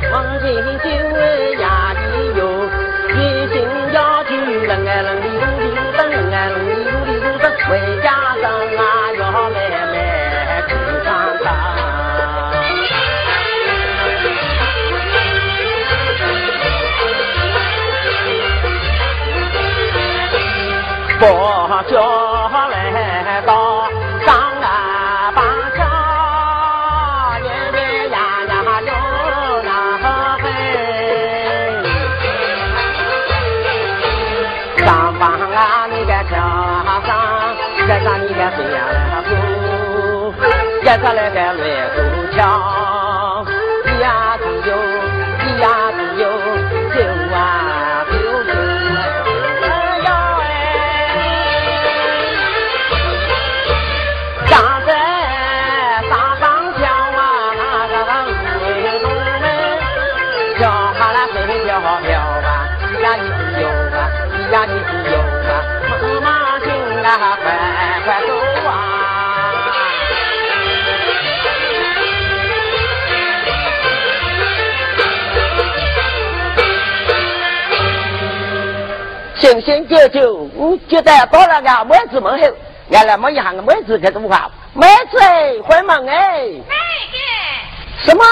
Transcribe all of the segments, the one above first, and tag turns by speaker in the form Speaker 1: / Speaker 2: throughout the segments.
Speaker 1: 心酒呀里有，一心要去冷哎冷里路里路的冷哎冷里路里路的回家上啊要买买去上当。我叫来到上啊把桥，爷爷呀呀流浪嘿，上房啊你个桥上，再上你个水呀来不，
Speaker 2: 啊
Speaker 1: 再上来个来不桥，咿呀咿哟咿呀咿哟，就啊就就哎呀哎。长在大岗桥啊，那个往回东哎，叫哈拉飞飘飘啊，咿呀咿咿哟啊，咿呀咿咿哟啊，妈妈亲啊，快快走啊！
Speaker 3: 神仙舅舅，我觉得到了个妹子门后，俺来问一下个妹子该怎么话。妹子回门哎，
Speaker 2: 那
Speaker 3: 什么？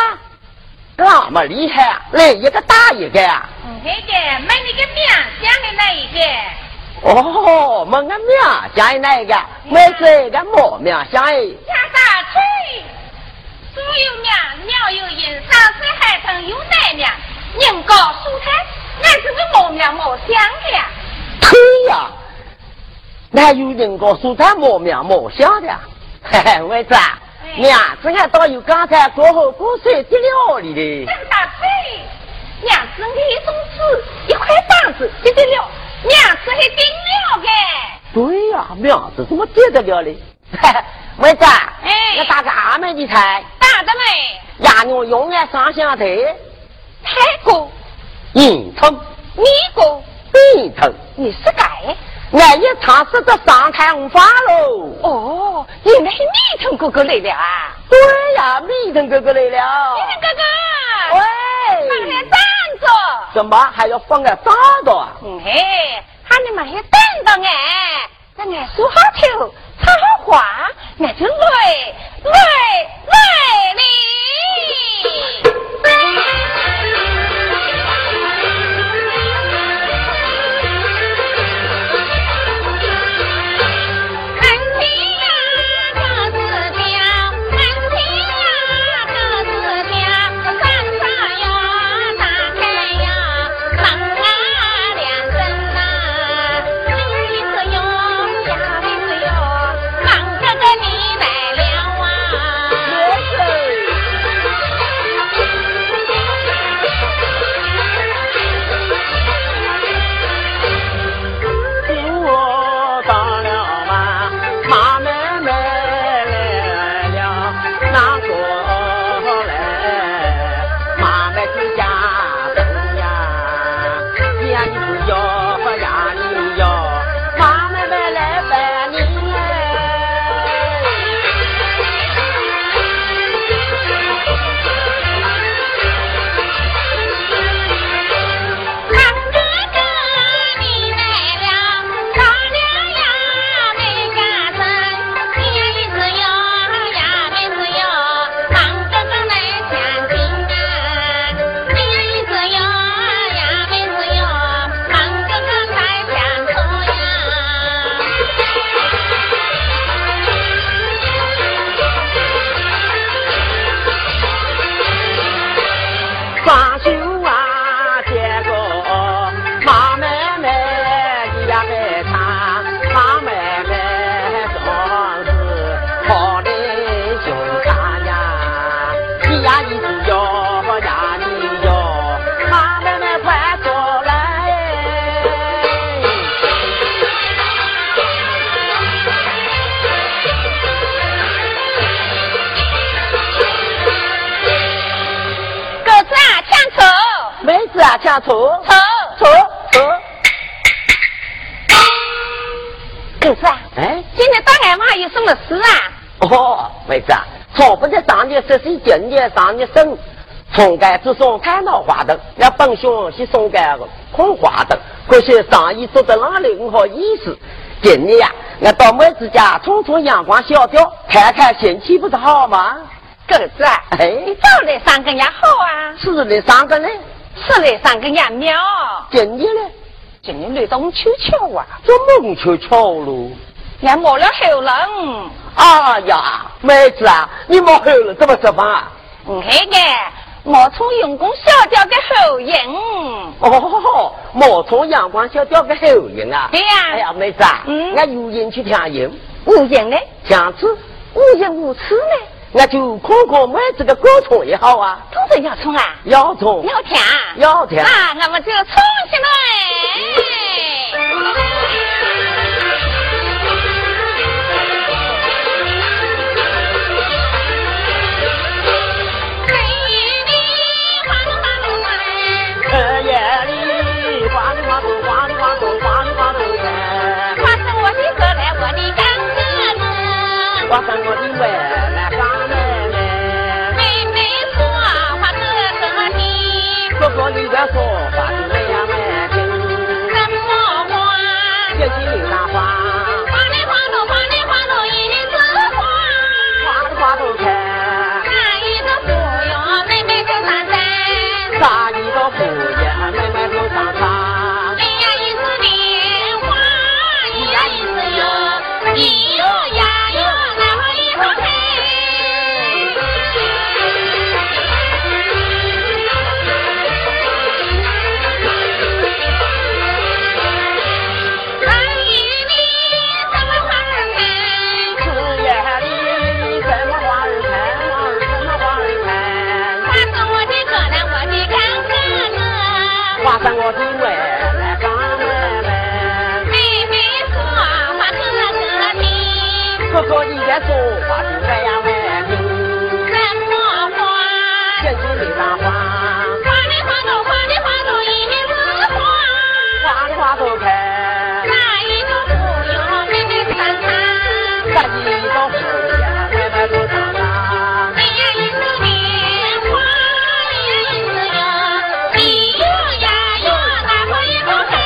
Speaker 3: 那么厉害啊！来一个打一个啊！
Speaker 2: 个，那个买你个面香的那一个，
Speaker 3: 哦，问个名想的那
Speaker 2: 哎
Speaker 3: 一个，妹子个么名想的？
Speaker 2: 下大吹，猪有娘，鸟有银，上水海豚有奶娘，人高蔬菜，俺是个毛娘毛香的呀。
Speaker 3: 推呀、那有人告诉他莫名莫想的，啊嘿嘿，妹子啊，
Speaker 2: 哎
Speaker 3: 娘子俺倒有刚才过后过水的料理的。
Speaker 2: 上大吹，娘子你一种子，一块棒子，一得了，娘子还得鸟的。
Speaker 3: 对呀、面子怎么变得了嘞？嘿嘿，妹子啊，
Speaker 2: 哎
Speaker 3: 我打个阿妹的菜，
Speaker 2: 大的嘞，
Speaker 3: 鸭肉用俺上香菜，
Speaker 2: 排骨、
Speaker 3: 硬葱，
Speaker 2: 米糕，
Speaker 3: 硬葱，
Speaker 2: 你是改？
Speaker 3: 俺一尝试着上台红发喽。
Speaker 2: 哦，原来是米虫哥哥来了啊！
Speaker 3: 对呀、蜜腾哥哥来了
Speaker 2: 米。虫哥哥，
Speaker 3: 喂
Speaker 2: 放，下站着。
Speaker 3: 怎么还要放个沙的啊？
Speaker 2: 嗯嘿，喊你们还站着哎，那俺梳好头，插好花，俺就累累累哩。看天呀，个子高，看天呀，个子高，上上呀，打开呀，忙啊两声啊，你是哟，呀你是哟，忙哥哥你来了啊。
Speaker 1: 我到了啊，马妹妹来了，拿过来，马妹去家走呀，呀你不要呀你要，马妹妹来拜你哎。
Speaker 2: 堂哥哥，你来了，到了呀，没家生，呀妹子哟，呀妹子哟，堂哥哥来抢亲啊，呀妹子哟，呀妹子哟，堂哥哥来抢头呀。
Speaker 1: 双手啊，接过马妹妹一呀白茶，马妹妹双子好的兄茶呀，一呀一只腰呀一腰，马妹妹快过来。
Speaker 2: 狗子啊，抢头，
Speaker 3: 妹子啊，抢错
Speaker 2: 头，
Speaker 3: 错错！
Speaker 2: 狗子啊，
Speaker 3: 哎，
Speaker 2: 今天到俺妈有什么事啊？
Speaker 3: 哦，妹子啊，错不得上你十岁，今年上你生，
Speaker 1: 从该只送看到花灯，那本兄是送给空花灯，可惜生意做得哪里不好意思。今年呀、啊我到妹子家冲冲阳光小调，看看心情不是好吗？
Speaker 3: 狗子啊，
Speaker 1: 哎，
Speaker 3: 长得上跟人家好啊，
Speaker 1: 是的，三个呢？
Speaker 3: 吃的上跟人家妙，
Speaker 1: 今年呢？
Speaker 3: 今年绿冬秋秋啊，
Speaker 1: 怎么就巧了？
Speaker 3: 俺没了后人。
Speaker 1: 哎呀，妹子啊，你莫后了，怎么吃饭啊？
Speaker 2: 嗯
Speaker 3: 唔系嘅，我从用功小调嘅后影，
Speaker 1: 哦，莫从阳光小调个后人啊！
Speaker 3: 对呀
Speaker 1: 哎呀，妹子啊，
Speaker 3: 嗯
Speaker 1: 俺有人去听音，
Speaker 3: 无影呢，
Speaker 1: 下次
Speaker 3: 无影无耻呢，
Speaker 1: 俺就看看妹子的歌唱也好啊，
Speaker 3: 通常要冲啊，
Speaker 1: 要唱
Speaker 3: 要听啊，
Speaker 1: 要听。
Speaker 3: 那我们就冲起哎来。
Speaker 2: 黑夜里花朵花朵开，
Speaker 4: 黑夜里花里花朵，花里花朵，花里花朵开，
Speaker 2: 花生我的哥来我的干哥哥，
Speaker 4: 我跟我的妹来干妹妹，
Speaker 2: 妹妹说话哥哥听，
Speaker 4: 哥哥你别说话就妹呀妹听，
Speaker 2: 怎么花？
Speaker 4: 这心里那花，
Speaker 2: 花来花朵花来花朵一粒子花。
Speaker 4: 花里花朵开，
Speaker 2: 那一个不用妹妹就上山，
Speaker 4: 啥一个不也妹妹就上山
Speaker 2: 哎。呀一枝莲花，一呀一枝哟，一哟呀哟，那么一朵开。寒雨里怎么花儿开？
Speaker 4: 四月里什么花儿开，什么花儿开。
Speaker 2: 花生我的哥来，我的干哥哥。
Speaker 4: 花山我的妹来干妹妹，
Speaker 2: 妹妹说话哥哥听，
Speaker 4: 哥哥你别说话就这样妹听，
Speaker 2: 什么花？
Speaker 4: 这心里那花，
Speaker 2: 花里花朵，花里花朵，一片子花。
Speaker 4: 花的花都开，
Speaker 2: 那一个不由妹妹看看，
Speaker 4: 咱一个福呀，妹妹都长大。
Speaker 2: 哎呀一枝莲花，哎呀一枝哟，咿哟呀哟，那花一朵开。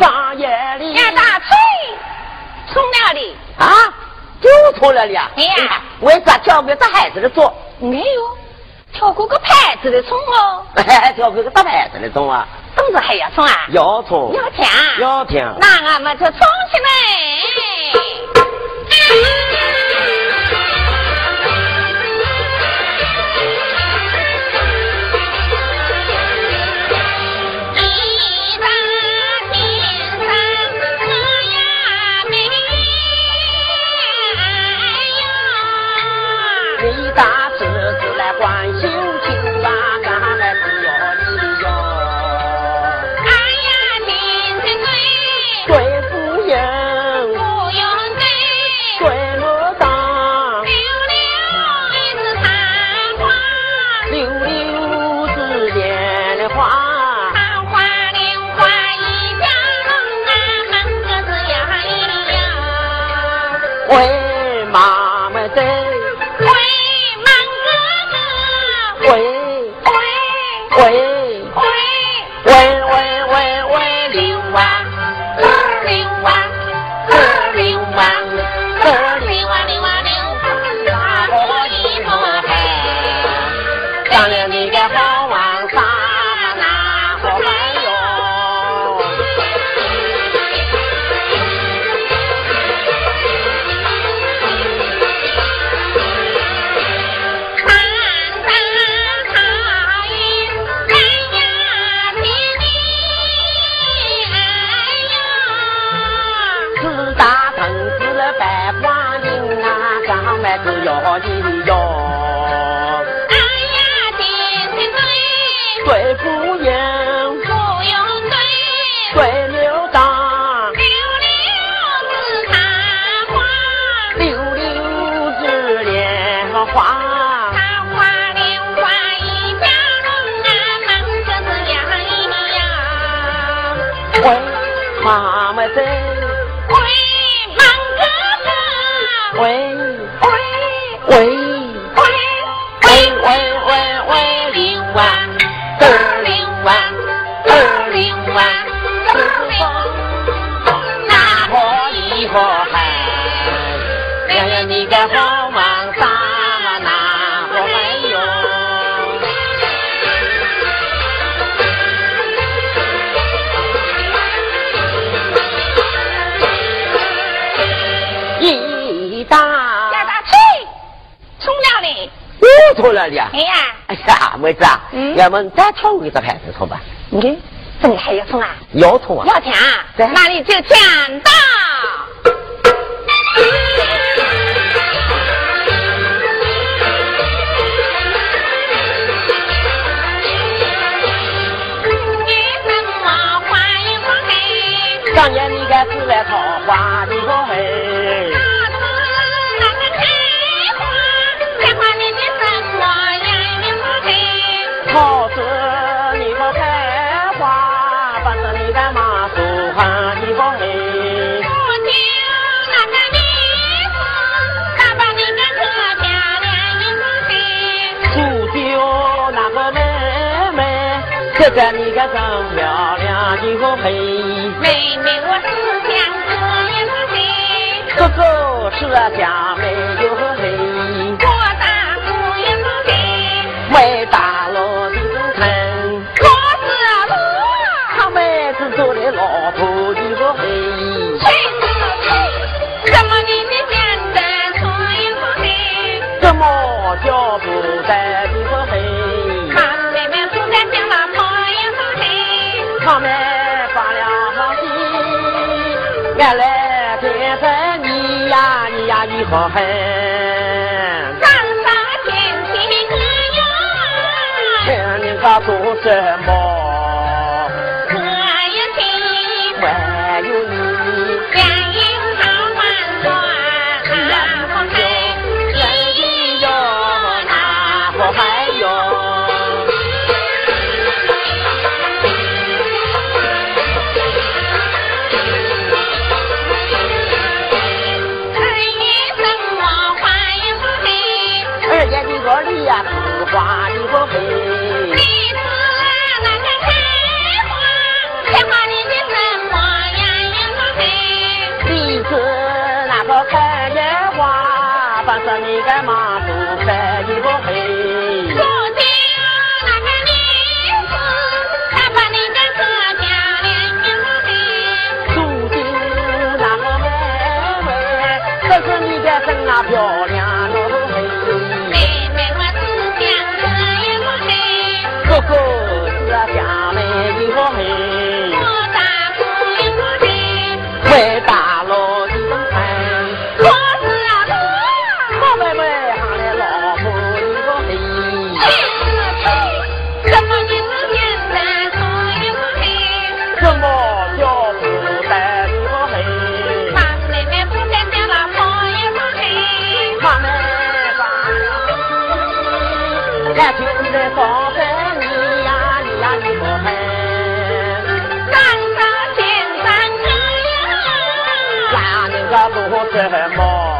Speaker 4: 上夜里
Speaker 3: 呀大吹，冲哪里？
Speaker 1: 啊，就错了呀！
Speaker 3: 哎呀，
Speaker 1: 为啥跳个大孩子的做？
Speaker 3: 没有，跳过个牌子的冲哦，
Speaker 1: 还跳个大孩子的动啊？
Speaker 3: 当然还要冲啊，
Speaker 1: 要唱，
Speaker 3: 要听啊，
Speaker 1: 要听。
Speaker 3: 那我们就冲起来。
Speaker 2: 哎一大片山，河呀美呀，
Speaker 4: 你大侄子来关心情吧，俺来不要你哟，
Speaker 2: 哎呀天真
Speaker 4: 对
Speaker 2: 贵，
Speaker 4: 不赢
Speaker 2: 不。用
Speaker 4: 水
Speaker 2: 对，
Speaker 4: 路上
Speaker 2: 留了一枝残花，
Speaker 4: 溜溜之间的花，
Speaker 2: 桃花莲花一家人啊，忙个子呀呀，
Speaker 4: 喂妈妈的，
Speaker 2: 喂忙哥哥，
Speaker 4: 喂
Speaker 2: 喂。
Speaker 4: 喂
Speaker 2: 喂，
Speaker 4: 喂喂喂喂
Speaker 2: 溜
Speaker 4: 溜
Speaker 2: 啊
Speaker 4: 啊，
Speaker 2: 咯溜啊，咯溜啊，咯溜啊溜啊溜，啊我一朵开，
Speaker 4: 上了你的好王山呐，好玩哟，
Speaker 2: 看大草原，哎呀天地，哎呀，
Speaker 4: 四大藤子的百花林啊，咱们都要你哟，
Speaker 2: 哎呀天天对，
Speaker 4: 对不赢
Speaker 2: 不用对。
Speaker 4: 水流荡
Speaker 2: 柳。柳紫桃花，
Speaker 4: 柳柳枝莲花，
Speaker 2: 桃花莲花一家人啊，忙着是呀呀。
Speaker 4: 喂
Speaker 1: 喂
Speaker 2: 喂喂
Speaker 1: 喂喂喂喂喂，
Speaker 2: 零
Speaker 3: 哎
Speaker 2: 万二零万二零万二零万，那
Speaker 1: 我一伙嗨。
Speaker 2: 哎呀你个好
Speaker 1: 忙啥嘛那
Speaker 2: 我没
Speaker 1: 有。一打
Speaker 3: 丫大去，冲了你！
Speaker 1: 糊涂了呀
Speaker 3: 哎！呀，
Speaker 1: 哎呀，妹子啊，
Speaker 3: 嗯
Speaker 1: 要么你再跳一个牌子冲吧，
Speaker 3: 你怎么还要冲啊？
Speaker 1: 摇头啊！
Speaker 3: 要抢啊，
Speaker 1: 对
Speaker 3: 那你就抢到。
Speaker 2: 你怎么还不给？
Speaker 1: 当年你该自来桃花，你说嘿
Speaker 2: 那是那个开花，开花你的什么呀？你不给，
Speaker 1: 桃子你个开花，把子你的马树花，你说嘿
Speaker 2: 不听那个你说，那把你个可漂亮，你不给，
Speaker 1: 苏州那个妹妹，这个你个真漂亮，你个嘿。
Speaker 2: 妹妹我是想哥，你不给，
Speaker 1: 哥哥是啊家没有嘿，
Speaker 2: 我大姑也不给，
Speaker 1: 没大佬的疼，
Speaker 2: 我是我，
Speaker 1: 他妹子做的老婆你个嘿，
Speaker 2: 谁是谁？怎么你的见得错也不给？
Speaker 1: 怎么叫不得你个嘿？
Speaker 2: 看妹妹住在江南旁也不给。
Speaker 1: 他们发了好心，俺来天生你呀你呀你好狠，
Speaker 2: 上上天天
Speaker 1: 请
Speaker 2: 呀，
Speaker 1: 你个做什么？
Speaker 2: 可有情，
Speaker 1: 还有你。
Speaker 2: 两银好万转，难不开，一哟难不开哟。二爷什么话也不听。
Speaker 1: 二爷的个梨呀，紫花的个
Speaker 2: 你是那个开花，
Speaker 1: 黑，
Speaker 2: 开花你的什么呀？也不给，
Speaker 1: 梨子那个开叶花，把上你个马路开一个黑
Speaker 2: 不。听那个你说，他把你的可漂亮也不给，
Speaker 1: 如今那个妹妹，这是你的身啊漂亮的黑，
Speaker 2: 妹妹我只想哥也不给，
Speaker 1: 哥哥是家门一个黑，
Speaker 2: 我大姑也不给，
Speaker 1: 为大佬一个看，
Speaker 2: 我是我。
Speaker 1: 老妹妹喊来老婆一个黑。
Speaker 2: 怎么你是简单说也不给？
Speaker 1: 什么叫不带你个黑？
Speaker 2: 把妹妹不在家了，我也不给。
Speaker 1: 他们把感情在放在你呀你呀你个黑，
Speaker 2: 上上天山歌呀，
Speaker 1: 哪能个不什么？